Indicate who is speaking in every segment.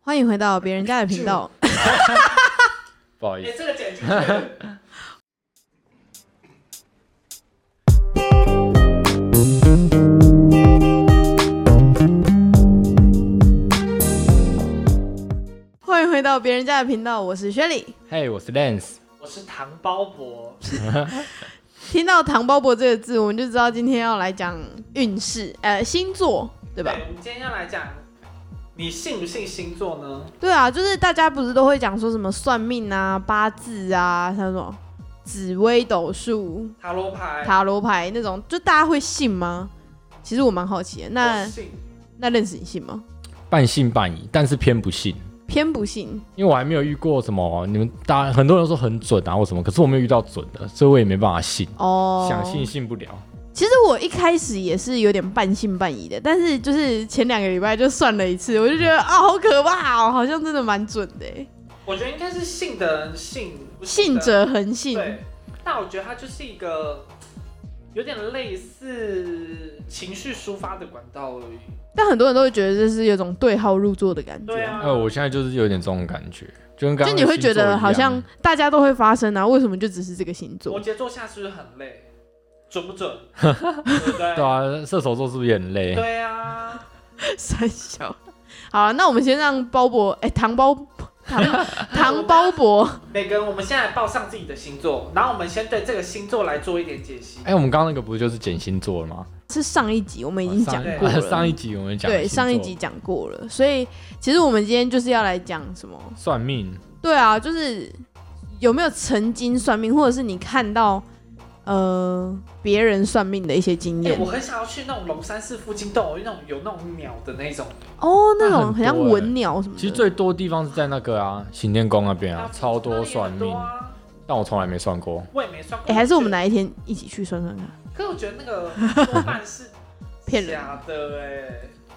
Speaker 1: 欢迎回到别人家的频道。
Speaker 2: 不好意思。
Speaker 3: 哎这 个剪进去。
Speaker 1: 欢迎回到别人家的频道，我是薛礼。
Speaker 2: 嘿、我是 Lance。
Speaker 3: 我是糖包婆，
Speaker 1: 听到“唐包伯”这个字，我们就知道今天要来讲运势，呃，星座，对吧？
Speaker 3: 我们今天要来讲，你信不信星座呢？
Speaker 1: 对啊，就是大家不是都会讲说什么算命啊、八字啊，像什么紫微斗数、
Speaker 3: 塔罗牌，
Speaker 1: 塔罗牌那种，就大家会信吗？其实我蛮好奇的。
Speaker 3: 我
Speaker 1: 那
Speaker 3: 信，
Speaker 1: 那认识你信吗？
Speaker 2: 半信半疑，但是偏不信，
Speaker 1: 偏不信。
Speaker 2: 因为我还没有遇过什么你们大很多人说很准啊或什么，可是我没有遇到准的，所以我也没办法信，
Speaker 1: 哦，
Speaker 2: 想信信不了。
Speaker 1: 其实我一开始也是有点半信半疑的，但是就是前两个礼拜就算了一次，我就觉得啊，好可怕哦，好像真的蛮准的耶，
Speaker 3: 我觉得应该是信的人信，不
Speaker 1: 信
Speaker 3: 的
Speaker 1: 者恒信。
Speaker 3: 对。但我觉得它就是一个有点类似情绪抒发的管道而已。
Speaker 1: 但很多人都会觉得这是有种对号入座的感觉，
Speaker 3: 对啊，
Speaker 2: 呃，我现在就是有点这种感觉，就跟刚
Speaker 1: 就
Speaker 2: 刚
Speaker 1: 你会觉
Speaker 2: 星座一
Speaker 1: 得
Speaker 2: 样
Speaker 1: 好像大家都会发生啊，为什么就只是这个星
Speaker 3: 摩
Speaker 1: 座？
Speaker 3: 羯座下是不是很累？准不准？ 对不对？
Speaker 2: 对啊，射手座是不是也很累？
Speaker 3: 对啊，
Speaker 1: 三小。好啊、那我们先让包伯，哎、唐 包唐唐包伯，
Speaker 3: 每个人我们现在报上自己的星座，然后我们先对这个星座来做一点解析。
Speaker 2: 哎、我们刚刚那个不就是减星座了吗？
Speaker 1: 是上一集我们已经讲
Speaker 2: 上一呃
Speaker 1: 过了，
Speaker 2: 上一集我们讲
Speaker 1: 对
Speaker 2: 星座
Speaker 1: 哦上一集讲过了，所以其实我们今天就是要来讲什么？
Speaker 2: 算命，
Speaker 1: 对啊，就是有没有曾经算命，或者是你看到呃别人算命的一些经
Speaker 3: 哎、
Speaker 1: 验、
Speaker 3: 我很想要去那种龙山寺附近都有那种有那种鸟的那种，
Speaker 1: 哦，那
Speaker 2: 那很
Speaker 1: 种
Speaker 2: 多
Speaker 1: 很像文鸟什么的。
Speaker 2: 其实最多地方是在那个啊行天宫那边啊，超多算
Speaker 3: 那
Speaker 2: 命
Speaker 3: 里很多，啊
Speaker 2: 但我从来没算过。
Speaker 3: 我也没算过。
Speaker 1: 哎、还是我们
Speaker 3: 来？
Speaker 1: 哪一天一起去算算看？
Speaker 3: 可是我觉得那个多半是
Speaker 1: 骗人
Speaker 3: 假的哎、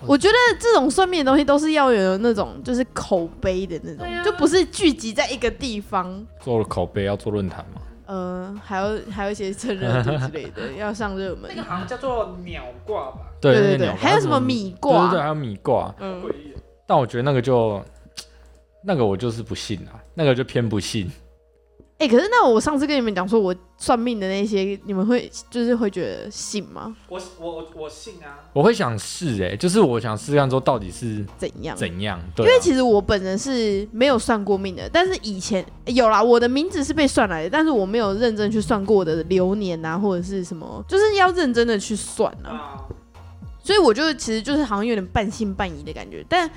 Speaker 1: 我觉得这种算命的东西都是要有那种就是口碑的那种，
Speaker 3: 对啊
Speaker 1: 就不是聚集在一个地方，
Speaker 2: 做了口碑要做论坛嘛，
Speaker 1: 呃，还有 还有一些蹭热度之类的，要上热门
Speaker 3: 那。个好像叫做鸟卦吧，
Speaker 2: 对
Speaker 1: 对
Speaker 2: 那
Speaker 1: 对
Speaker 2: 个
Speaker 1: 对，
Speaker 2: 鸟
Speaker 1: 还有什么米卦？
Speaker 2: 对对对，还有米卦。
Speaker 1: 嗯，
Speaker 3: 诡异。
Speaker 2: 但我觉得那个就，那个我就是不信啊，那个就偏不信。
Speaker 1: 哎、可是那我上次跟你们讲说，我算命的那些，你们会就是会觉得信吗？
Speaker 3: 我我我我信啊，
Speaker 2: 我会想试哎、就是我想试看说到底是
Speaker 1: 怎样？
Speaker 2: 怎样。对、啊，
Speaker 1: 因为其实我本人是没有算过命的，但是以前有啦，我的名字是被算来的，但是我没有认真去算过我的流年啊，或者是什么，就是要认真的去算啊。
Speaker 3: 啊，
Speaker 1: 所以我就其实就是好像有点半信半疑的感觉，但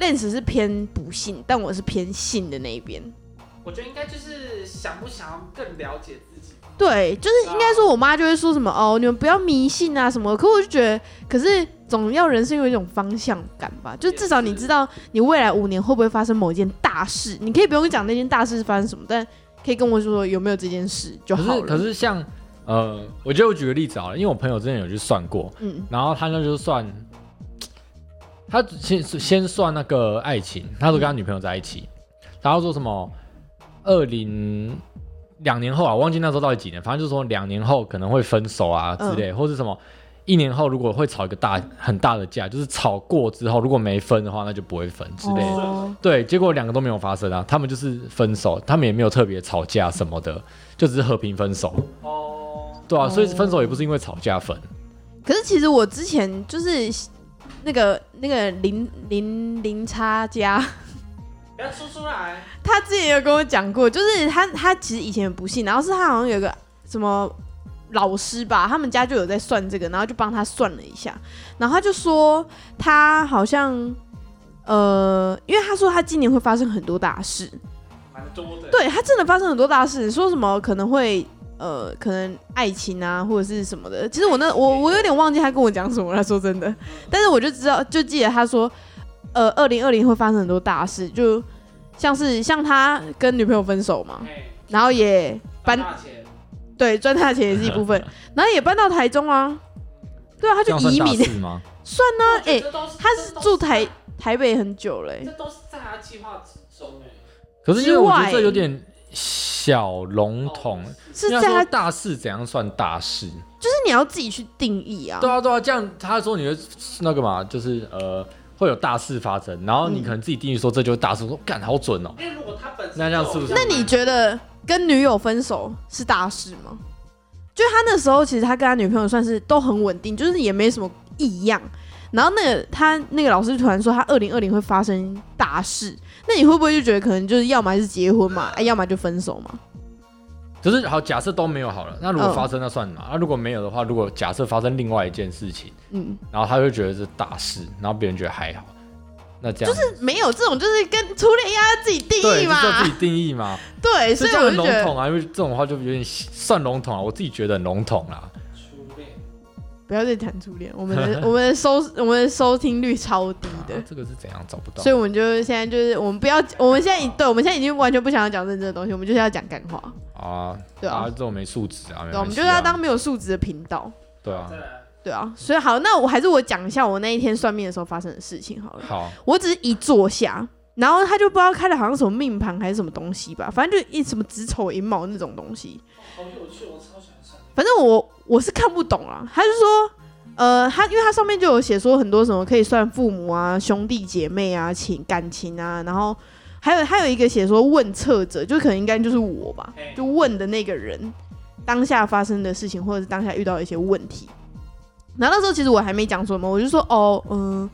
Speaker 1: Lens 是偏不信，但我是偏信的那一边。
Speaker 3: 我觉得应该就是想不想要更了解自己。
Speaker 1: 对，就是应该说，我妈就会说什
Speaker 2: 啊
Speaker 1: 么哦，你们不要迷信啊什么。可我就觉得，可是总要人生有一种方向感吧，就至少你知道你未来五年会不会发生某一件大事。你可以不用讲那件大事发生什么，但可以跟我说有没有这件事就
Speaker 2: 可
Speaker 1: 好
Speaker 2: 是
Speaker 1: 了。
Speaker 2: 可是像呃，我就举个例子啊，因为我朋友之前有去算过，
Speaker 1: 嗯，
Speaker 2: 然后他那就算，他先先算那个爱情，他说跟他女朋友在一起，然后说什么二零两年后啊，我忘记那时候到底几年，反正就是说两年后可能会分手啊之类，
Speaker 1: 嗯
Speaker 2: 或是什么一年后如果会吵一个大很大的架，就是吵过之后如果没分的话，那就不会分之类的。
Speaker 1: 哦
Speaker 2: 对，结果两个都没有发生啊，他们就是分手，他们也没有特别吵架什么的，就只是和平分手，
Speaker 3: 哦，
Speaker 2: 对啊，所以
Speaker 1: 哦
Speaker 2: 分手也不是因为吵架分，
Speaker 1: 可是其实我之前就是那个那个零零零差加。
Speaker 3: 不要说出来，
Speaker 1: 他之前有跟我讲过，就是他他其实以前也不信，然后是他好像有个什么老师吧，他们家就有在算这个，然后就帮他算了一下，然后他就说他好像呃，因为他说他今年会发生很多大事，
Speaker 3: 蛮多的。
Speaker 1: 对他真的发生很多大事，说什么可能会。呃，可能爱情啊，或者是什么的。其实我那我我有点忘记他跟我讲什么了，说真的。但是我就知道，就记得他说，呃，二零二零会发生很多大事，就像是像他跟女朋友分手嘛，
Speaker 3: 哎，
Speaker 1: 然后也搬
Speaker 3: 赚大钱，
Speaker 1: 对赚大钱也是一部 分，然后也搬到台中啊，对啊，他
Speaker 2: 这样
Speaker 1: 就
Speaker 2: 算
Speaker 1: 移
Speaker 2: 大
Speaker 1: 民，
Speaker 2: 事吗？
Speaker 1: 那
Speaker 3: 我觉得
Speaker 1: 哎
Speaker 3: 这都是
Speaker 1: 他是住台，台北很久欸嘞、
Speaker 3: 这都是在他计划之中哎。
Speaker 2: 可是因为我觉
Speaker 1: 之外哦
Speaker 2: 得这有点小
Speaker 3: 哦
Speaker 2: 笼统，
Speaker 1: 是
Speaker 2: 应
Speaker 1: 在
Speaker 2: 该说
Speaker 1: 他
Speaker 2: 大事怎样算大事？
Speaker 1: 就是你要自己去定义啊
Speaker 2: 对，啊对啊，这样他说你会那个嘛，就是呃，会有大事发生，然后你可能自己定义说这就是大事，我说干好准哦。
Speaker 3: 因为如果他本身
Speaker 2: 那这样是不是
Speaker 1: 那你觉得跟女友分手是大事吗？就他那时候，其实他跟他女朋友算是都很稳定，就是也没什么异样。然后那个他那个老师突然说他二零二零会发生大事，那你会不会就觉得可能就是要么还是结婚嘛，哎，要么就分手嘛？
Speaker 2: 可是好，假设都没有好了，那如果
Speaker 1: 嗯
Speaker 2: 发生那算嘛？那、如果没有的话，如果假设发生另外一件事情，
Speaker 1: 嗯，
Speaker 2: 然后他就觉得是大事，然后别人觉得还好，那这样就是
Speaker 1: 没有这种就是跟初恋一样要自己定
Speaker 2: 对，
Speaker 1: 义
Speaker 2: 就是要
Speaker 1: 嘛
Speaker 2: 自，己定 义嘛。
Speaker 1: 对，所
Speaker 2: 是
Speaker 1: 以
Speaker 2: 这样
Speaker 1: 我
Speaker 2: 很
Speaker 1: 就觉
Speaker 2: 笼
Speaker 1: 得
Speaker 2: 统啊，因为这种话就有点算笼统啊，我自己觉得很笼统啊啦。
Speaker 3: 初恋，
Speaker 1: 不要再谈初恋，我们的我们的收我们的收听率超低的
Speaker 2: 啊。这个是怎样找不到
Speaker 1: 所？以我们就现在就是我们不要，我们现在已对我们现在已经完全不想要讲认真的东西，我们就是要讲干话，
Speaker 2: 啊，
Speaker 1: 对啊，
Speaker 2: 啊，这种没素质啊，没关系
Speaker 1: 对，
Speaker 2: 啊
Speaker 1: 我们就是要当没有素质的频道，
Speaker 2: 对啊
Speaker 3: 再，来
Speaker 1: 对啊，所以好，那我还是我讲一下我那一天算命的时候发生的事情好了。
Speaker 2: 好，
Speaker 1: 我只是一坐下，然后他就不知道开了好像什么命盘还是什么东西吧，反正就一什么子丑寅卯那种东西，
Speaker 3: 好有趣，我超喜欢上
Speaker 1: 反正我我是看不懂啦。他就说，呃，他因为他上面就有写说很多什么可以算父母啊、兄弟姐妹啊、情感情啊，然后还有还有一个写说问策者，就可能应该就是我吧
Speaker 3: 嘿，
Speaker 1: 就问的那个人当下发生的事情或者是当下遇到的一些问题。然后那时候其实我还没讲什么，我就说哦，嗯、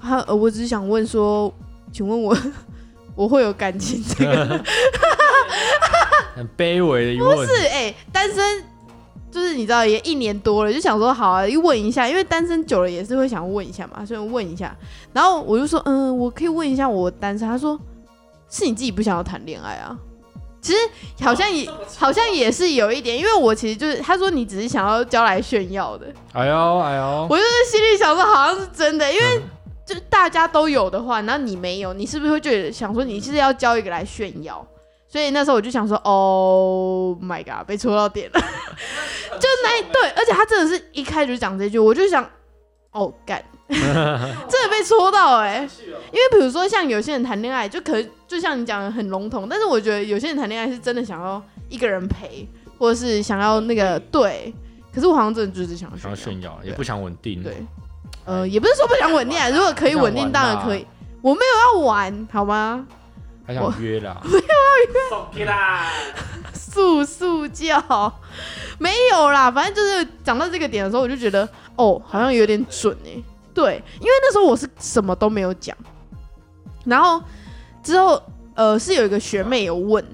Speaker 1: 他呃，我只是想问说，请问我 我会有感情这个
Speaker 2: 很卑微的疑问，
Speaker 1: 是哎、单身就是你知道也一年多了，就想说好啊，一问一下，因为单身久了也是会想问一下嘛，所以问一下。然后我就说，嗯，我可以问一下我单身。他说是你自己不想要谈恋爱啊。其实好像也、
Speaker 3: 哦这么巧
Speaker 1: 好像也是有一点，因为我其实就是他说你只是想要交来炫耀的，
Speaker 2: 哎呦哎呦，
Speaker 1: 我就是心里想说好像是真的，因为
Speaker 2: 嗯
Speaker 1: 就大家都有的话，然后你没有，你是不是会觉得想说你是要交一个来炫耀？所以那时候我就想说，Oh my god，被戳到点了。
Speaker 3: 就那一
Speaker 1: 对，而且他真的是一开始就讲这句，我就想，哦干，真的被戳到哎、因为比如说像有些人谈恋爱，就可就像你讲的很笼统，但是我觉得有些人谈恋爱是真的想要一个人陪，或者是想要那个对。可是我好像真的就是想要
Speaker 2: 想要炫耀，
Speaker 1: 对
Speaker 2: 也不想稳定，
Speaker 1: 对，呃，也不是说不想稳定啊，如果可以稳定，当啊然可以。我没有要玩，好吗？
Speaker 2: 还想约啦，
Speaker 3: 送给啦，
Speaker 1: 素素教没有啦，反正就是讲到这个点的时候，我就觉得哦，好像有点准哎、对，因为那时候我是什么都没有讲，然后之后呃是有一个学妹有问，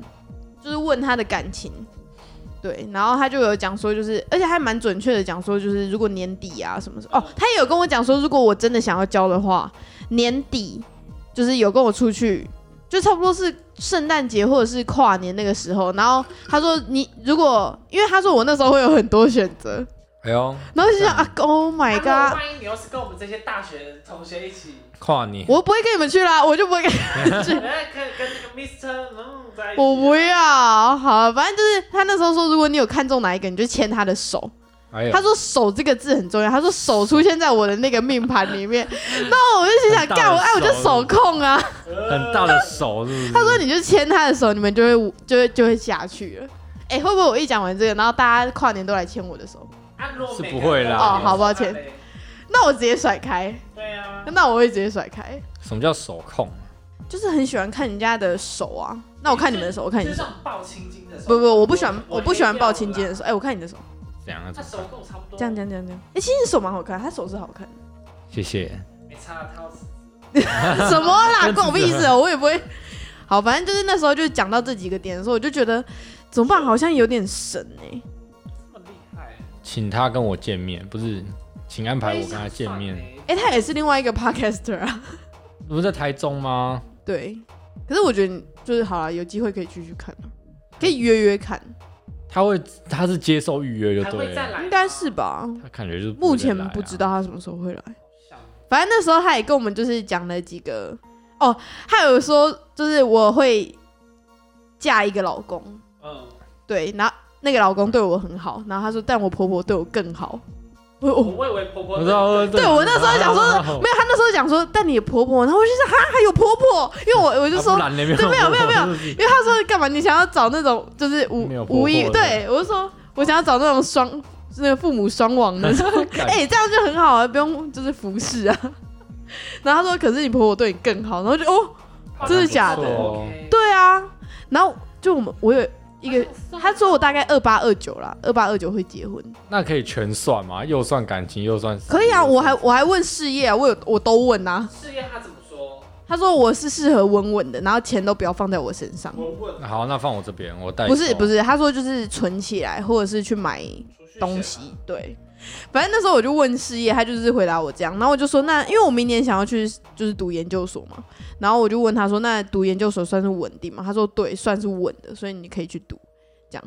Speaker 1: 就是问她的感情，对，然后她就有讲说，就是而且还蛮准确的讲说，就是如果年底啊什么什么哦，她也有跟我讲说，如果我真的想要交的话，年底就是有跟我出去，就差不多是圣诞节或者是跨年那个时候，然后她说你如果因为她说我那时候会有很多选择，
Speaker 2: 哎呦，
Speaker 1: 然后就想啊，Oh my
Speaker 3: 那如果
Speaker 1: god！
Speaker 3: 万一你要是跟我们这些大学同学一起，
Speaker 2: 跨年，
Speaker 1: 我不会跟你们去啦，我就 不会跟，
Speaker 3: 哎，可以跟那个 Mr. 嗯在一起，
Speaker 1: 我不要。好，反正就是他那时候说，如果你有看中哪一个，你就牵他的手。
Speaker 2: 哎呦
Speaker 1: 他，说手这个字很重要，他说手出现在我的那个命盘里 面，那我就心想，
Speaker 2: 很大的
Speaker 1: 干我哎，我就
Speaker 2: 手嗯
Speaker 1: 手控啊。
Speaker 2: 很大的手是不 是？
Speaker 1: 他说你就牵他的手，你们就会就会就会下去了。哎、会不会我一讲完这个，然后大家跨年都来牵我的手？
Speaker 3: 啊如果每个人
Speaker 2: 是不会啦
Speaker 1: 哦好抱歉。那我直接甩开，
Speaker 3: 对啊，
Speaker 1: 那我会直接甩开，
Speaker 2: 什么叫手控？
Speaker 1: 就是很喜欢看人家的手啊。那我看你们的手，我看你
Speaker 3: 就
Speaker 1: 的手。
Speaker 3: 像抱青筋的手，
Speaker 1: 不不，我不喜欢，我不喜欢抱青筋
Speaker 3: 筋
Speaker 1: 的。手。哎、我看你的手。
Speaker 2: 怎样啊？
Speaker 3: 他手跟我差不多，
Speaker 1: 这样这样这样这样。哎、其实手蛮好看，他手是好看的。
Speaker 2: 谢谢。
Speaker 3: 没差，他要死
Speaker 1: 什么啦，
Speaker 2: 跟
Speaker 1: 关我
Speaker 2: 指
Speaker 1: 屁
Speaker 2: 责
Speaker 1: 事哦，我也不会。好，反正就是那时候就讲到这几个点的时候，我就觉得怎么办，好像有点神哎、
Speaker 3: 这么厉害，
Speaker 2: 请他跟我见面，不是，请安排我跟他见面。
Speaker 1: 哎、他也是另外一个 podcaster 啊，
Speaker 2: 不是在台中吗？
Speaker 1: 对。可是我觉得你就是好了，有机会可以去去看啊，可以约约看，
Speaker 2: 他会，他是接受预约就
Speaker 3: 还
Speaker 2: 对
Speaker 3: 会再
Speaker 2: 了。
Speaker 3: 来吗，
Speaker 1: 应该是吧？
Speaker 2: 他感觉就是不
Speaker 1: 目
Speaker 2: 会再
Speaker 1: 前
Speaker 2: 来啊
Speaker 1: 不知。道他什么时候会来。
Speaker 3: 像
Speaker 1: 反正那时候他也跟我们就是讲了几个哦，他有说就是我会嫁一个老公，
Speaker 3: 嗯，
Speaker 2: 哦
Speaker 1: 对，然后那个老公对我很好，然后他说，但我婆婆对我更好。我我
Speaker 3: 我以为婆婆
Speaker 2: 我知道，呃
Speaker 1: 对我那时候想说，
Speaker 2: 啊
Speaker 1: 没有，他那时候讲说，但你的婆婆，然后我就说，哈，还有婆婆，因为我我
Speaker 2: 我
Speaker 1: 就说，
Speaker 2: 没有
Speaker 1: 对没有没有 没有
Speaker 2: 有，是
Speaker 1: 因为他说干嘛，你想要找那种就是无
Speaker 2: 没有婆婆
Speaker 1: 无意，
Speaker 2: 的
Speaker 1: 对我就说，我想要找那种双 那个父母双亡的，
Speaker 2: 不是
Speaker 1: 哎、这样就很好啊，不用就是服侍啊。然后他说可是你婆婆对你更好，然后就哦真的假的
Speaker 3: 对，
Speaker 1: 对啊，然后就我们我有一个，
Speaker 3: 啊
Speaker 1: 他说我大概二八二九啦，二八二九会结婚，
Speaker 2: 那可以全算吗？又算感情，又算
Speaker 1: 可以啊，我还我还问事业啊，我有我都问啊，
Speaker 3: 事业他怎么说？
Speaker 1: 他说我是适合稳稳的，然后钱都不要放在我身上，
Speaker 3: 我问
Speaker 2: 好，那放我这边，我带
Speaker 1: 不是不
Speaker 2: 是，
Speaker 1: 是，他说就是存起来或者是去买
Speaker 3: 储蓄险啊
Speaker 1: 东西，对。反正那时候我就问事业，他就是回答我这样，然后我就说那因为我明年想要去就是读研究所嘛，然后我就问他说那读研究所算是稳定吗？他说对，算是稳的，所以你可以去读这样。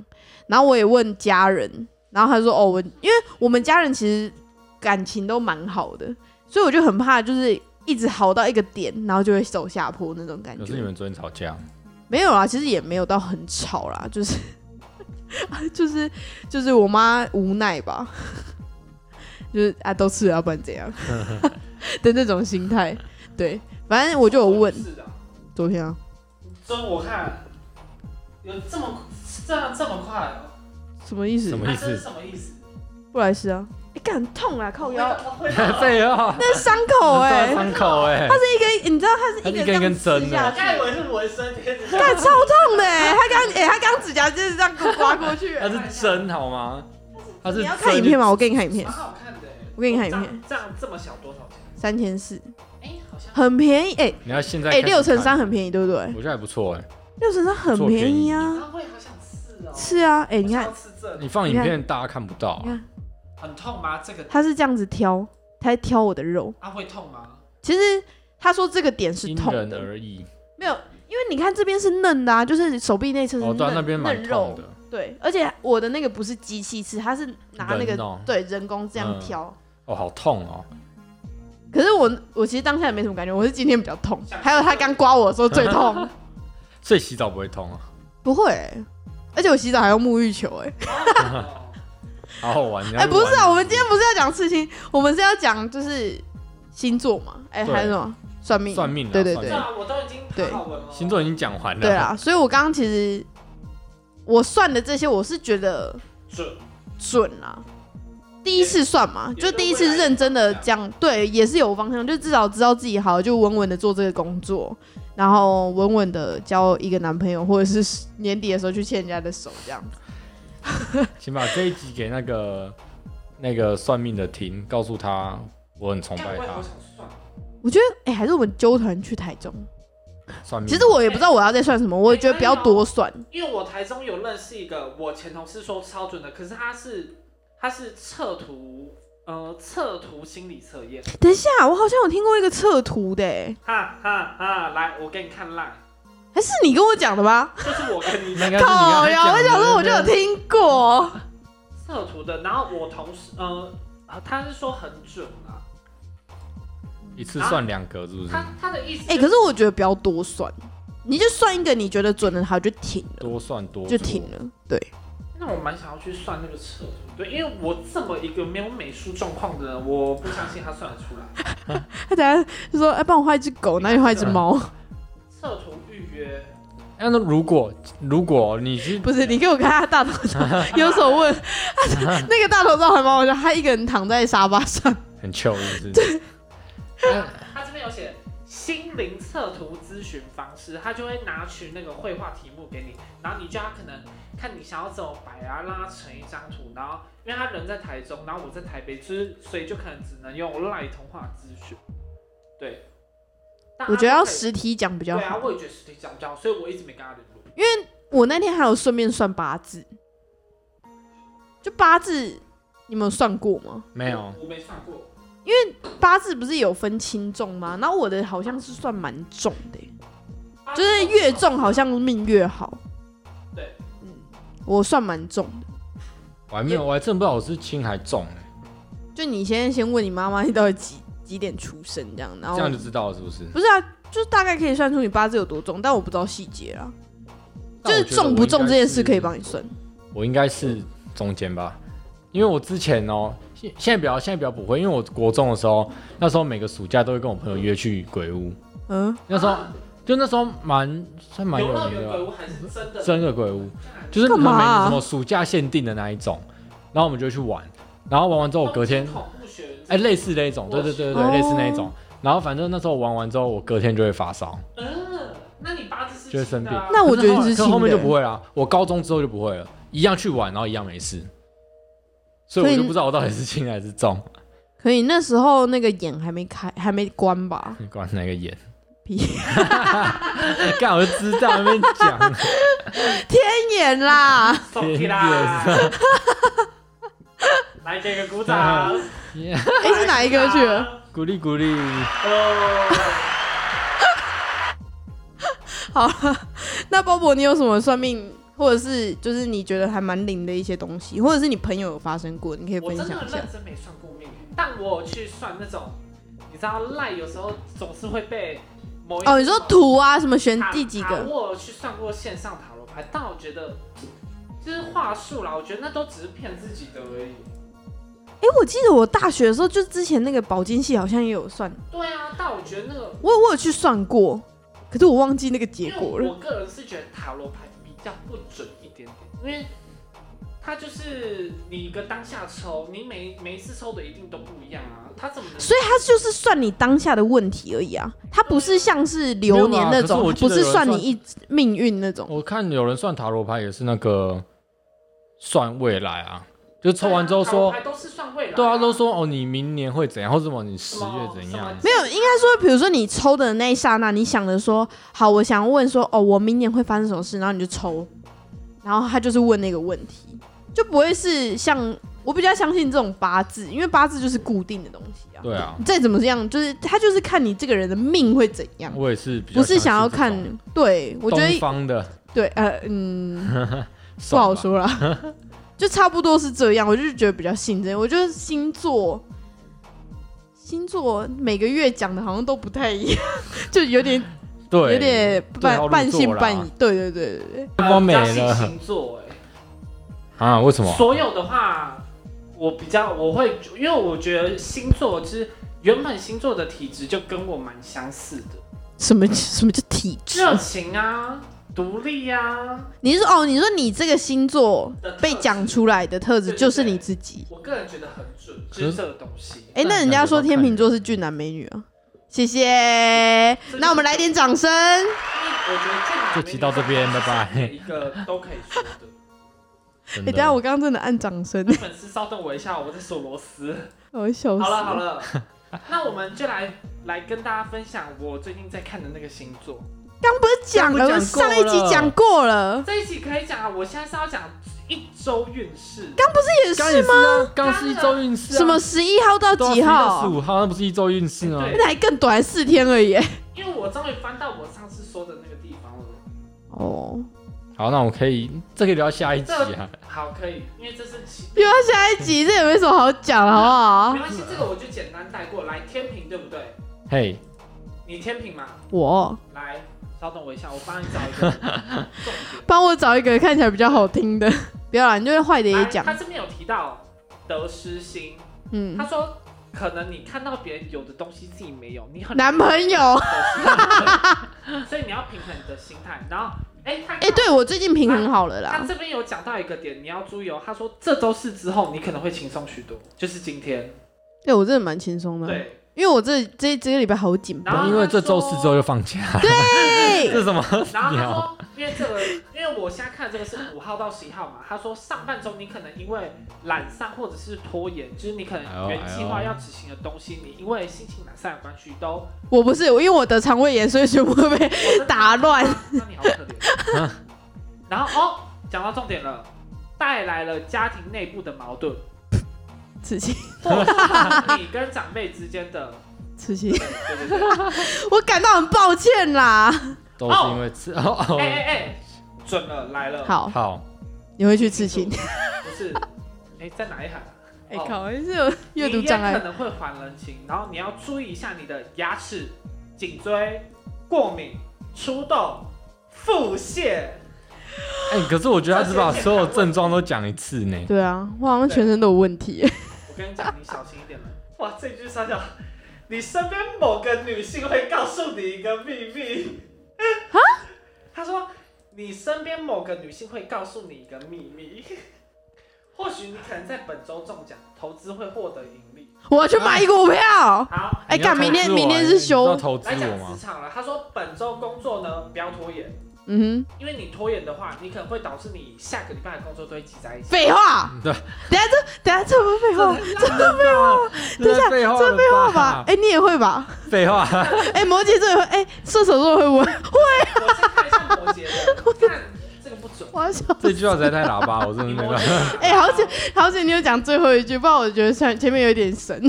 Speaker 1: 然后我也问家人，然后他说哦我因为我们家人其实感情都蛮好的，所以我就很怕就是一直好到一个点，然后就会走下坡那种感觉。
Speaker 2: 可是你们昨天吵架，
Speaker 1: 没有啊啦，其实也没有到很吵啦， 就是就是就是我妈无奈吧， 就是啊都吃了，要不然怎 样 的那种心态。对，反正我就有问
Speaker 3: 是的，
Speaker 1: 昨天啊，
Speaker 3: 所以我看有这么这样这么快哦，
Speaker 1: 什么意思
Speaker 2: 什？么
Speaker 3: 那
Speaker 2: 意思
Speaker 3: 这是什么意思？
Speaker 1: 布莱斯啊，哎、干痛啊，靠腰，
Speaker 3: 会吗，会吗
Speaker 2: 废话，
Speaker 1: 那是伤口哎、
Speaker 2: 算伤口 哎，他是
Speaker 1: 一个你知道它是
Speaker 2: 它
Speaker 1: 一
Speaker 2: 是
Speaker 1: 个
Speaker 2: 一根一根
Speaker 1: 这样
Speaker 2: 针
Speaker 1: 刺
Speaker 2: 的
Speaker 1: 下
Speaker 3: 我刚以
Speaker 1: 去，
Speaker 3: 为是纹身贴 纸，
Speaker 1: 干超痛的哎、他刚哎、他刚指甲就是这样给我刮 过去、哎
Speaker 2: 他是真好吗？他是
Speaker 1: 你要看影片
Speaker 2: 吗？
Speaker 1: 吗？我给你看影片
Speaker 3: 蛮，好看的欸。
Speaker 1: 我给你看影片，
Speaker 3: 这样这样这么小多少钱？
Speaker 1: 三千四，
Speaker 3: 哎，好像
Speaker 1: 很便宜哎。
Speaker 2: 你要现在
Speaker 1: 哎、六乘三很
Speaker 2: 宜，
Speaker 1: 便宜，对不对？
Speaker 2: 我觉得还不错哎。
Speaker 1: 六神山很便宜啊，
Speaker 3: 啊，我也好想吃哦。
Speaker 1: 是啊，哎、
Speaker 3: 我
Speaker 1: 你
Speaker 3: 想
Speaker 1: 看
Speaker 3: 要，吃这里
Speaker 2: 你放
Speaker 1: 你
Speaker 2: 影
Speaker 1: 看
Speaker 2: 片大家看不到啊
Speaker 1: 你，看
Speaker 3: 很痛吗？这个
Speaker 1: 他是这样子挑，他在挑我的肉。
Speaker 3: 啊会 痛吗？
Speaker 1: 其实他说这个点是
Speaker 2: 因
Speaker 1: 痛
Speaker 2: 人
Speaker 1: 的，
Speaker 2: 而异。
Speaker 1: 没有，因为你看这边是嫩的啊，就是手臂内侧是
Speaker 2: 哦，
Speaker 1: 嫩、
Speaker 2: 对啊，那边蛮
Speaker 1: 嫩肉
Speaker 2: 痛，的。
Speaker 1: 对，而且我的那个不是机器吃，他是拿那个
Speaker 2: 人哦
Speaker 1: 对人工这样
Speaker 2: 嗯
Speaker 1: 挑。
Speaker 2: 哦，好痛哦！嗯
Speaker 1: 可是我我其实当下也没什么感觉，我是今天比较 痛，
Speaker 3: 想
Speaker 1: 还有他刚刮我的时候最痛，
Speaker 2: 所以洗澡不会痛啊，
Speaker 1: 不会、而且我洗澡还用沐浴球、哎。
Speaker 3: 哦
Speaker 2: 好好玩。你要
Speaker 1: 哎、不是
Speaker 2: 玩
Speaker 1: 啊，我们今天不是要讲刺青，我们是要讲就是星座嘛，哎、
Speaker 2: 对
Speaker 1: 还有什么算命？
Speaker 2: 算命啊
Speaker 1: 对对
Speaker 2: 算
Speaker 1: 对
Speaker 3: 对
Speaker 2: 命
Speaker 3: 啊，我都已经
Speaker 1: 对
Speaker 3: 好好闻了。
Speaker 2: 星座已经讲完了，
Speaker 1: 对啊，所以我刚刚其实我算的这些，我是觉得
Speaker 3: 准，
Speaker 1: 准啊。第一次算嘛，
Speaker 3: 也
Speaker 1: 就第一次认真的这样，对，也是有方向，就至少知道自己好，就稳稳的做这个工作，然后稳稳的交一个男朋友，或者是年底的时候去牵人家的手这样子。
Speaker 2: 请把这一集给那个那个算命的听，告诉他我很崇
Speaker 3: 哎
Speaker 2: 拜
Speaker 3: 我也好
Speaker 2: 他。
Speaker 3: 想算。
Speaker 1: 我觉得，哎、还是我们纠团去台中。
Speaker 2: 算命，
Speaker 1: 其实我也不知道我要再算什么，我也觉得不要多算。
Speaker 3: 因为我台中有认识一个我前同事说超准的，可是他是他是测图，呃，测图心理测验，
Speaker 1: 等一下，我好像有听过一个测图的、欸，
Speaker 3: 哈哈哈！来，我给你看 line，
Speaker 1: 还是你跟我讲的吧？
Speaker 3: 就是我跟你
Speaker 2: 那 应
Speaker 3: 讲
Speaker 2: 该是你
Speaker 1: 靠
Speaker 2: 刚才
Speaker 1: 呀！
Speaker 2: 啊讲
Speaker 1: 我
Speaker 2: 的
Speaker 1: 想说我就有听过，
Speaker 3: 测图的，然后我同事，呃，啊他是说很准啊，
Speaker 2: 一次算两格是不是？
Speaker 3: 他他的意思、
Speaker 1: 哎、可是我觉得不要多算，你就算一个你觉得准的，好就停了，
Speaker 2: 多算多
Speaker 1: 就
Speaker 2: 错
Speaker 1: 停了。对，
Speaker 3: 那我蛮想要去算那个测图，对，因为我这么一个没有美术状况的人，我不相信他算得出来。
Speaker 1: 他等下就说：“哎、帮我画一只狗，哪里画一只猫
Speaker 3: 测图预约，
Speaker 2: 哎那如果如果你去？”
Speaker 1: 不是，你给我看他的大头照，有所问，他那个大头照还蛮好笑，他一个人躺在沙发上，
Speaker 2: 很糗是不 是？哎
Speaker 3: 他他这边有写心灵测图咨询方式，他就会拿取那个绘画题目给你，然后你就要可能看你想要怎么摆啊，让它成一张图，然后因为他人在台中，然后我在台北，就是所以就可能只能用赖通话咨询，对。但他
Speaker 1: 我觉得要
Speaker 3: 就可以
Speaker 1: 实体讲比较
Speaker 3: 对
Speaker 1: 好
Speaker 3: 啊，。我也觉得实体讲比较好，所以我一直没跟他联络。
Speaker 1: 我那天还有顺便算八字，就八字，你们有算过吗？
Speaker 2: 没有，
Speaker 3: 我没算过。
Speaker 1: 八字不是有分轻重吗？然后我的好像是算蛮重的耶、就是越重好像命越好。
Speaker 3: 啊对，
Speaker 1: 嗯，我算蛮重的。
Speaker 2: 我还没有，我还真不知道我是轻还重，哎
Speaker 1: 就你先先问你妈妈你到底几几点出生这样，然
Speaker 2: 这
Speaker 1: 后
Speaker 2: 样就知道了是不是？
Speaker 1: 不是啊，就大概可以算出你八字有多重，但我不知道细节啦。就
Speaker 2: 但我
Speaker 1: 是
Speaker 2: 觉得
Speaker 1: 重不重这件事可以
Speaker 2: 我应
Speaker 1: 帮你算。
Speaker 2: 该是？我应该是中间吧，因为我之前哦，现现在比较现在比较不会，因为我国中的时候，那时候每个暑假都会跟我朋友约去鬼屋，
Speaker 1: 嗯，
Speaker 2: 那时候
Speaker 3: 啊
Speaker 2: 就那时候蛮算蛮
Speaker 3: 游
Speaker 2: 有
Speaker 3: 乐
Speaker 2: 名
Speaker 3: 园
Speaker 2: 的
Speaker 3: 鬼
Speaker 2: 吧，
Speaker 3: 屋还是真的，
Speaker 2: 真的鬼屋，就是
Speaker 1: 干
Speaker 2: 你
Speaker 1: 嘛
Speaker 2: 们每
Speaker 1: 啊
Speaker 2: 年什么暑假限定的那一种，然后我们就去玩，然后玩完之后我隔天，哎
Speaker 3: 恐怖学园
Speaker 2: 哎、类似那一种，对对对对对，
Speaker 1: 哦
Speaker 2: 类似那一种，然后反正那时候玩完之后，我隔天就会发烧，
Speaker 3: 嗯，那你八字是
Speaker 2: 就会生
Speaker 3: 轻的啊
Speaker 1: 病那我觉得
Speaker 2: 可
Speaker 1: 是
Speaker 2: 可
Speaker 1: 轻
Speaker 2: 后面
Speaker 1: 的
Speaker 2: 就不会啦。我高中之后就不会了，一样去玩，然后一样没事，所以我
Speaker 1: 所以
Speaker 2: 就不知道我到底是轻还是重。
Speaker 1: 可以，那时候那个眼还没开，还没关 吧？
Speaker 2: 你管哪个眼？
Speaker 1: 屁
Speaker 2: 干我就知道那边讲，
Speaker 1: 天眼啦！
Speaker 3: 送屁 啦！来给个鼓掌！
Speaker 1: 哎、是哪一个去了？
Speaker 2: 鼓励鼓励。
Speaker 3: 哦，
Speaker 1: 好了，那鲍勃，你有什么算命，或者是就是你觉得还蛮灵的一些东西，或者是你朋友有发生过，你可以
Speaker 3: 我
Speaker 1: 分
Speaker 3: 真
Speaker 1: 享
Speaker 3: 的
Speaker 1: 一下
Speaker 3: 认。真没算过命，但我有去算那种，你知道赖有时候总是会被某一
Speaker 1: 哦，你说图啊，什么选
Speaker 3: 塔
Speaker 1: 第几
Speaker 3: 塔
Speaker 1: 个？
Speaker 3: 我有去算过线上塔罗牌，但我觉得就是话术啦，我觉得那都只是骗自己的而已。
Speaker 1: 哎、我记得我大学的时候，就之前那个保金系好像也有算，
Speaker 3: 对啊，但我觉得那个，
Speaker 1: 我我有去算过，可是我忘记那个结
Speaker 3: 因
Speaker 1: 果
Speaker 3: 为
Speaker 1: 了。
Speaker 3: 我个人是觉得塔罗牌比较不准一点点，因为它就是你一个当下抽，你每每一次抽的一定都不一样啊，它怎么能？
Speaker 1: 所以它就是算你当下的问题而已啊，它不是像是流年那
Speaker 2: 没有
Speaker 1: 种，
Speaker 2: 啊吧可是
Speaker 1: 不
Speaker 2: 我记得有人
Speaker 1: 是算你一命运那种。
Speaker 2: 我看有人算塔罗牌也是那个算未来啊，就抽完之后说
Speaker 3: 塔，罗牌都是算未来、
Speaker 2: 对啊，都说哦你明年会怎样，或者什么你
Speaker 3: 什
Speaker 2: 十月
Speaker 3: 么
Speaker 2: 怎
Speaker 3: 什么
Speaker 2: 样。
Speaker 1: 没有，应该说，比如说你抽的那一刹那，你想着说，好，我想问说，哦，我明年会发生什么事，然后你就抽，然后他就是问那个问题，就不会是像我比较相信这种八字，因为八字就是固定的东西啊。
Speaker 2: 对啊，
Speaker 1: 你再怎么样，就是他就是看你这个人的命会怎样，
Speaker 2: 我也是比较
Speaker 1: 不是想要
Speaker 2: 相信这
Speaker 1: 看
Speaker 2: 种。
Speaker 1: 对，我觉
Speaker 2: 东
Speaker 1: 得
Speaker 2: 方的
Speaker 1: 对，呃，嗯。 不
Speaker 2: 算
Speaker 1: 好
Speaker 2: 吧
Speaker 1: 说啦， 就差不多是这样。我就是觉得比较信任，我觉得星座，星座每个月讲的好像都不太一样， 就有点
Speaker 2: 对，
Speaker 1: 有点
Speaker 2: 对号
Speaker 1: 半半
Speaker 2: 入
Speaker 1: 信
Speaker 2: 座啦
Speaker 1: 半疑。对对对对对，
Speaker 2: 东方美
Speaker 3: 比较信
Speaker 2: 了
Speaker 3: 星座哎、
Speaker 2: 啊？为什么？
Speaker 3: 所有的话，我比较我会，因为我觉得星座就是原本星座的体质就跟我蛮相似的，
Speaker 1: 什么什么叫体 质？
Speaker 3: 热情啊，独立啊。
Speaker 1: 你是说哦？你说你这个星座
Speaker 3: 的特质
Speaker 1: 被讲出来的特质
Speaker 3: 对对
Speaker 1: 就是你自己？
Speaker 3: 我个人觉得很准，
Speaker 2: 可
Speaker 3: 就是
Speaker 2: 是
Speaker 3: 这个东西。
Speaker 1: 哎，那人家说天秤座是俊男美女啊，谢谢。那我们来点掌声。
Speaker 3: 我觉得这两
Speaker 2: 就
Speaker 3: 个
Speaker 2: 提到这边拜拜
Speaker 3: 每一个都可以说的。
Speaker 2: 真
Speaker 1: 哎，
Speaker 2: 的
Speaker 1: 等一下我刚刚真的按掌声，
Speaker 3: 粉丝稍等我一下，我在锁螺丝。
Speaker 1: 我要笑死。
Speaker 3: 好了好了，那我们就来来跟大家分享我最近在看的那个星座。
Speaker 1: 刚不是讲了，
Speaker 2: 刚不
Speaker 1: 我
Speaker 2: 是讲过
Speaker 1: 上一集
Speaker 2: 了
Speaker 1: 讲过了，
Speaker 3: 这一集可以讲啊，我现在是要讲一周运势。
Speaker 1: 这也
Speaker 2: 刚
Speaker 1: 是
Speaker 2: 也
Speaker 1: 吗？
Speaker 2: 啊？刚是一周运势啊，啊
Speaker 1: 什么十一号到几
Speaker 2: 十
Speaker 1: 号？
Speaker 2: 五号，那不是一周运势吗？
Speaker 3: 对
Speaker 1: 那还更短，四天而已。
Speaker 3: 因为我终于翻到我上次说的那个地方了。
Speaker 1: 哦，
Speaker 2: 好，那我可以，这可以聊下一集啊。
Speaker 3: 好，可以，因为这是其
Speaker 1: 又要下一集，这也没什么好讲了，好不
Speaker 3: 没
Speaker 1: 好？
Speaker 3: 关系，这个我就简单带过来。天平对不对？
Speaker 2: 嘿，
Speaker 3: 你天平嘛，
Speaker 1: 我
Speaker 3: 来，稍等我一下，我帮你找一个 重点。
Speaker 1: 帮我找一个看起来比较好听的，不要啦，你就会坏的也
Speaker 3: 来
Speaker 1: 讲
Speaker 3: 他。这边有提到得失心，
Speaker 1: 嗯
Speaker 3: 他，说可能你看到别人有的东西自己没有，你很
Speaker 1: 男朋友，
Speaker 3: 得失心所以你要平衡你的心态。然后，哎、他
Speaker 1: 哎，对我最近平衡好了
Speaker 3: 他
Speaker 1: 啦。
Speaker 3: 这边有讲到一个点，你要注意哦。他说这周四之后，你可能会轻松许多，就是今天。
Speaker 1: 对哎我真的蛮轻松的，
Speaker 3: 对，
Speaker 1: 因为我这这这个礼拜好紧
Speaker 3: 然后
Speaker 1: 绷。
Speaker 2: 因为这周四之后就放假， 这
Speaker 1: 对，
Speaker 2: 是什么？
Speaker 3: 然后他说，因为这个，因为我现在看这个是五号到十一号嘛，他说上半周你可能因为懒散或者是拖延，就是你可能原计划要执行的东西，你因为心情懒散的关系都
Speaker 1: 我不是，因为我得肠胃炎，所以全部被打乱。
Speaker 3: 那你好可怜。然后哦，讲到重点了，带来了家庭内部的矛 盾，
Speaker 1: 刺 激，
Speaker 3: 或者是你跟长辈之间的，
Speaker 1: 刺激，
Speaker 3: 对对对，
Speaker 1: 我感到很抱歉啦。
Speaker 2: 都是因为吃哦
Speaker 3: 哎
Speaker 2: 哦。
Speaker 3: 哎哎，准了，来了，
Speaker 1: 好，
Speaker 2: 好，
Speaker 1: 你会去刺青？
Speaker 3: 不是，哎，在哪一行啊？
Speaker 1: 哎、
Speaker 3: 哦
Speaker 1: 靠，是有阅读
Speaker 3: 你也
Speaker 1: 障
Speaker 3: 可
Speaker 1: 碍，
Speaker 3: 能会还人情，然后你要注意一下你的牙齿、颈椎、过敏、出痘、腹泻。
Speaker 2: 哎，可是我觉得他只把所有症状都讲一次呢。
Speaker 1: 对啊，我好像全身都有问题。
Speaker 3: 我跟你讲，你小心一点了。哇，这句傻笑，你身边某个女性会告诉你一个秘密。啊？他说，你身边某个女性会告诉你一个秘密，或许你可能在本周中奖，投资会获得盈利。
Speaker 1: 我要去买股票。
Speaker 3: 好，
Speaker 1: 哎，
Speaker 2: 你要
Speaker 1: 干，明天
Speaker 2: 投资我
Speaker 1: 明天
Speaker 2: 你
Speaker 1: 是
Speaker 2: 要
Speaker 1: 休，
Speaker 2: 投资
Speaker 3: 来
Speaker 2: 我
Speaker 3: 讲职
Speaker 2: 吗？
Speaker 3: 场了。他说本周工作呢不要拖延，
Speaker 1: 嗯
Speaker 3: 因为你拖延的话，你可能会导致你下个礼拜的工作都会挤在一
Speaker 1: 哼，
Speaker 3: 起。
Speaker 1: 废话。
Speaker 2: 对，
Speaker 1: 等下这等下这不是废话
Speaker 2: 这废话，
Speaker 1: 等一下
Speaker 2: 废话
Speaker 1: 这废话
Speaker 2: 了
Speaker 1: 吧？？哎，你也会吧？
Speaker 2: 废话，
Speaker 1: 哎，摩羯座也会，哎，射手座会不会？
Speaker 3: 我先看一下摩羯的，看这个不准。
Speaker 1: 我要笑。
Speaker 2: 这句话实在太喇叭，我真的
Speaker 3: 你
Speaker 2: 没
Speaker 3: 摩
Speaker 2: 办法。
Speaker 3: 羯，
Speaker 1: 哎好险好险，你有讲最后一句，不然我觉得算前面有点神。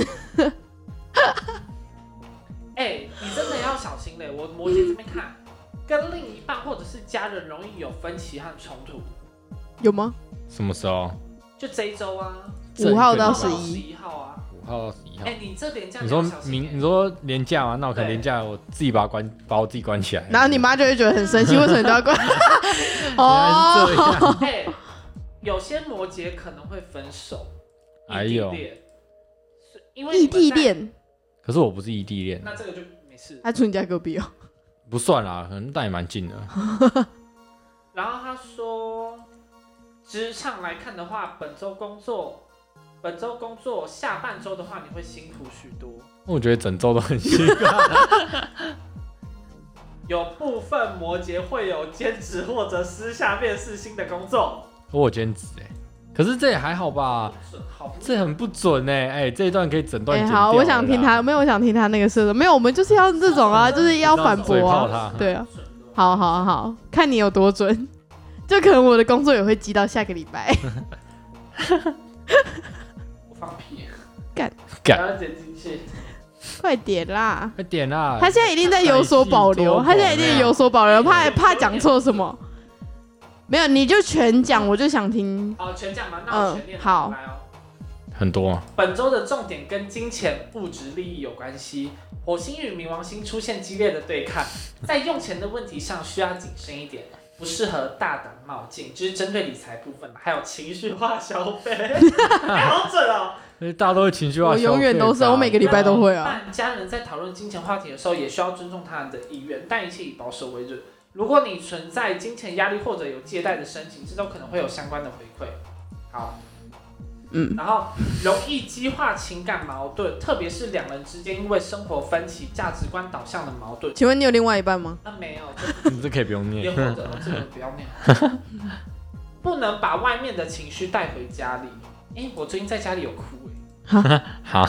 Speaker 3: 哎、你真的要小心嘞！我摩羯这边看，跟另一半或者是家人容易有分歧和冲突。
Speaker 1: 有吗？
Speaker 2: 什么时候？
Speaker 3: 就这一周啊，
Speaker 1: 五号到
Speaker 3: 然后
Speaker 1: 十
Speaker 3: 到
Speaker 1: 一
Speaker 3: 十一号啊。
Speaker 2: 五号到十一号
Speaker 3: 哎、。你这点这样
Speaker 2: 你说
Speaker 3: 要小心、
Speaker 2: 明
Speaker 3: 欸，
Speaker 2: 你说廉价吗？那我可能
Speaker 3: 对
Speaker 2: 廉价，我自己把它关，把我自己关起来。
Speaker 1: 然后你妈就会觉得很 生气，为什么你都要关？
Speaker 2: 原来
Speaker 1: 哦
Speaker 2: 是，这样，
Speaker 3: 哎、有些摩羯可能会分手，
Speaker 2: 哎
Speaker 3: 异地
Speaker 2: 呦！
Speaker 3: 恋，是因为你
Speaker 1: 异
Speaker 3: 们在
Speaker 1: 地，恋，
Speaker 2: 可是我不是异地恋，啊
Speaker 3: 那这个就没事。
Speaker 1: 他住你家隔壁哦。
Speaker 2: 不算啦，可能但也蛮近的。
Speaker 3: 然后他说，职场来看的话，本周工作，本周工作下半周的话，你会辛苦许多。
Speaker 2: 我觉得整周都很辛苦。
Speaker 3: 有部分摩羯会有兼职或者私下面试新的工作，
Speaker 2: 我有兼职哎，可是这也还好吧，
Speaker 3: 好不
Speaker 2: 这很不准哎、哎、这一段可以整段
Speaker 1: 哎、
Speaker 2: 剪掉了啦。
Speaker 1: 好，我想听他，没有，我想听他那个射手，没有，我们就是要这种 啊，就是要反
Speaker 2: 嘴
Speaker 1: 驳
Speaker 2: 炮
Speaker 1: 啊。
Speaker 2: 他。
Speaker 1: 对啊，
Speaker 3: 准的。
Speaker 1: 好好好，看你有多准。就可能我的工作也会积到下个礼 拜。
Speaker 3: 我放屁，
Speaker 1: 干
Speaker 2: 干
Speaker 3: 然后剪进去。
Speaker 1: 快点啦！
Speaker 2: 快点啦！
Speaker 1: 他现在一定在有所保留，他现在一定有所保留，
Speaker 2: 哎
Speaker 1: 怕怕讲错什么。没有，你就全讲，我就想听。
Speaker 3: 好，全讲完，那我全念、
Speaker 1: 嗯好
Speaker 3: 来哦。
Speaker 2: 很多、啊，
Speaker 3: 本周的重点跟金钱、物质利益有关系。火星与冥王星出现激烈的对抗，在用钱的问题上需要谨慎一点，不适合大胆冒进。这、是针对理财部分，还有情绪化消 费，哎好准哦！
Speaker 2: 因为大家都会情绪化消
Speaker 1: 我
Speaker 2: 费吧。
Speaker 1: 永远都是，我每个礼拜都会啊。
Speaker 3: 但家人在讨论金钱话题的时候，也需要尊重他人的意愿，但一切以保守为准。如果你存在金钱压力或者有借贷的申请，这都可能会有相关的回馈。好，
Speaker 1: 嗯，
Speaker 3: 然后容易激化情感矛盾，特别是两人之间因为生活分歧、价值观导向的矛盾。
Speaker 1: 请问你有另外一半吗？
Speaker 3: 那、没有，
Speaker 2: 你嗯这可以不用
Speaker 3: 也
Speaker 2: 念
Speaker 3: 或。者这个不要 念，不能把外面的情绪带回家里。哎、我最近在家里有哭哎、
Speaker 2: 好，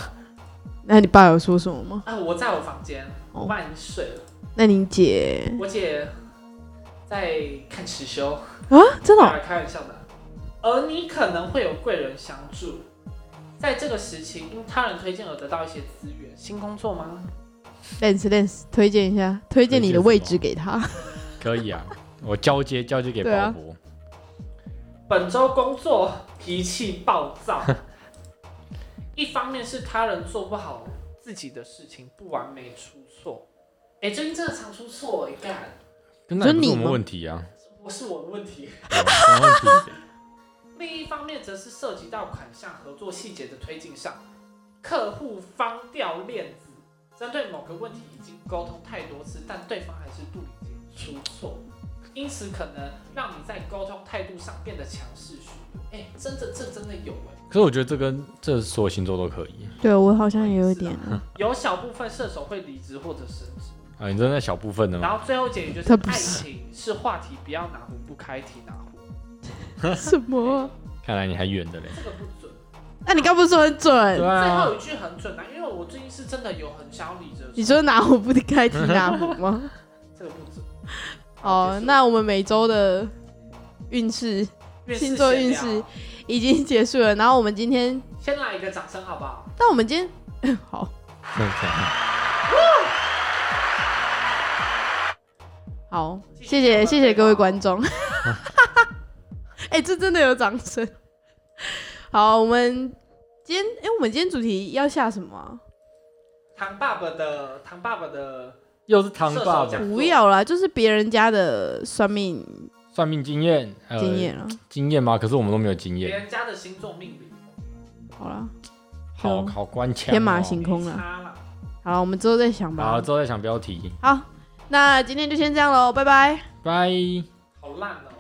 Speaker 1: 那你爸有说什么吗？
Speaker 3: 啊，我在我房间，我
Speaker 1: 哦
Speaker 3: 爸已经睡了。
Speaker 1: 那你姐
Speaker 3: 我姐在看持修，
Speaker 1: 啊，真的哦、
Speaker 3: 开开玩笑的。而你可能会有贵人相助，在这个时期，因他人推荐而得到一些资源。新工作吗？
Speaker 1: Lens Lens 推荐一下，推荐你的位置给他。
Speaker 2: 可以啊，我交接交接给
Speaker 1: 对啊
Speaker 2: 鲍勃。
Speaker 3: 本周工作脾气暴躁， 一方面是他人做不好自己的事情，不完美出错。哎、最近真的常出错哎、干，
Speaker 2: 跟那也不
Speaker 1: 就是你
Speaker 2: 我们
Speaker 1: 吗
Speaker 2: 问题啊，
Speaker 3: 不是我的问题。
Speaker 2: 对啊什么问题？
Speaker 3: 另一方面，则是涉及到款项合作细节的推进上，客户方掉链子，针对某个问题已经沟通太多次，但对方还是不理解，出错，因此可能让你在沟通态度上变得强势许多。哎、真的，这真的有哎、
Speaker 2: 可是我觉得这跟这所有星座都可以。
Speaker 1: 对我好像也有一 点，
Speaker 3: 有小部分射手会离职或者升职。
Speaker 2: 啊，你真的在小部分的
Speaker 3: 然
Speaker 2: 吗？
Speaker 3: 后最后结局就是
Speaker 1: 他不
Speaker 3: 爱
Speaker 1: 是
Speaker 3: 情是话题，不要哪壶不开提哪壶，
Speaker 1: 什么 啊？
Speaker 2: 看来你还远的嘞。
Speaker 3: 这个不准。
Speaker 1: 那你刚不是说很
Speaker 2: 对
Speaker 1: 准？
Speaker 3: 最
Speaker 2: 啊
Speaker 3: 后，一句很准啊，因为我最近是真的有很想要离职的时候。
Speaker 1: 你说哪壶不开提哪壶吗？
Speaker 3: 这个不准。
Speaker 1: 哦，那我们每周的运势
Speaker 3: 运
Speaker 1: 星座运势，已经结束了，然后我们今天，
Speaker 3: 先来一个掌声好不好？
Speaker 1: 但我们今天 好
Speaker 2: 真的假
Speaker 1: 好，谢谢谢谢各位观众。 哎、这真的有掌声。好，我们今天，哎、我们今天主题要下什么、啊？
Speaker 3: 唐爸爸的唐爸爸的
Speaker 2: 又是唐爸
Speaker 3: 射手讲
Speaker 2: 爸
Speaker 3: 座
Speaker 1: 不要啦，就是别人家的算命
Speaker 2: 算命经验，呃
Speaker 1: 经验啊。
Speaker 2: 经验吗？可是我们都没有经
Speaker 3: 别
Speaker 2: 验，
Speaker 3: 人家的星座命理，
Speaker 1: 好啦，
Speaker 2: 好
Speaker 1: 就
Speaker 2: 好官腔哦。
Speaker 1: 天马行空啊了。
Speaker 3: 差了，
Speaker 1: 好了，我们之后再想
Speaker 2: 好，
Speaker 1: 吧。
Speaker 2: 之后再想标题。
Speaker 1: 好，那今天就先这样喽，拜拜。
Speaker 2: 拜。
Speaker 3: 好烂哦。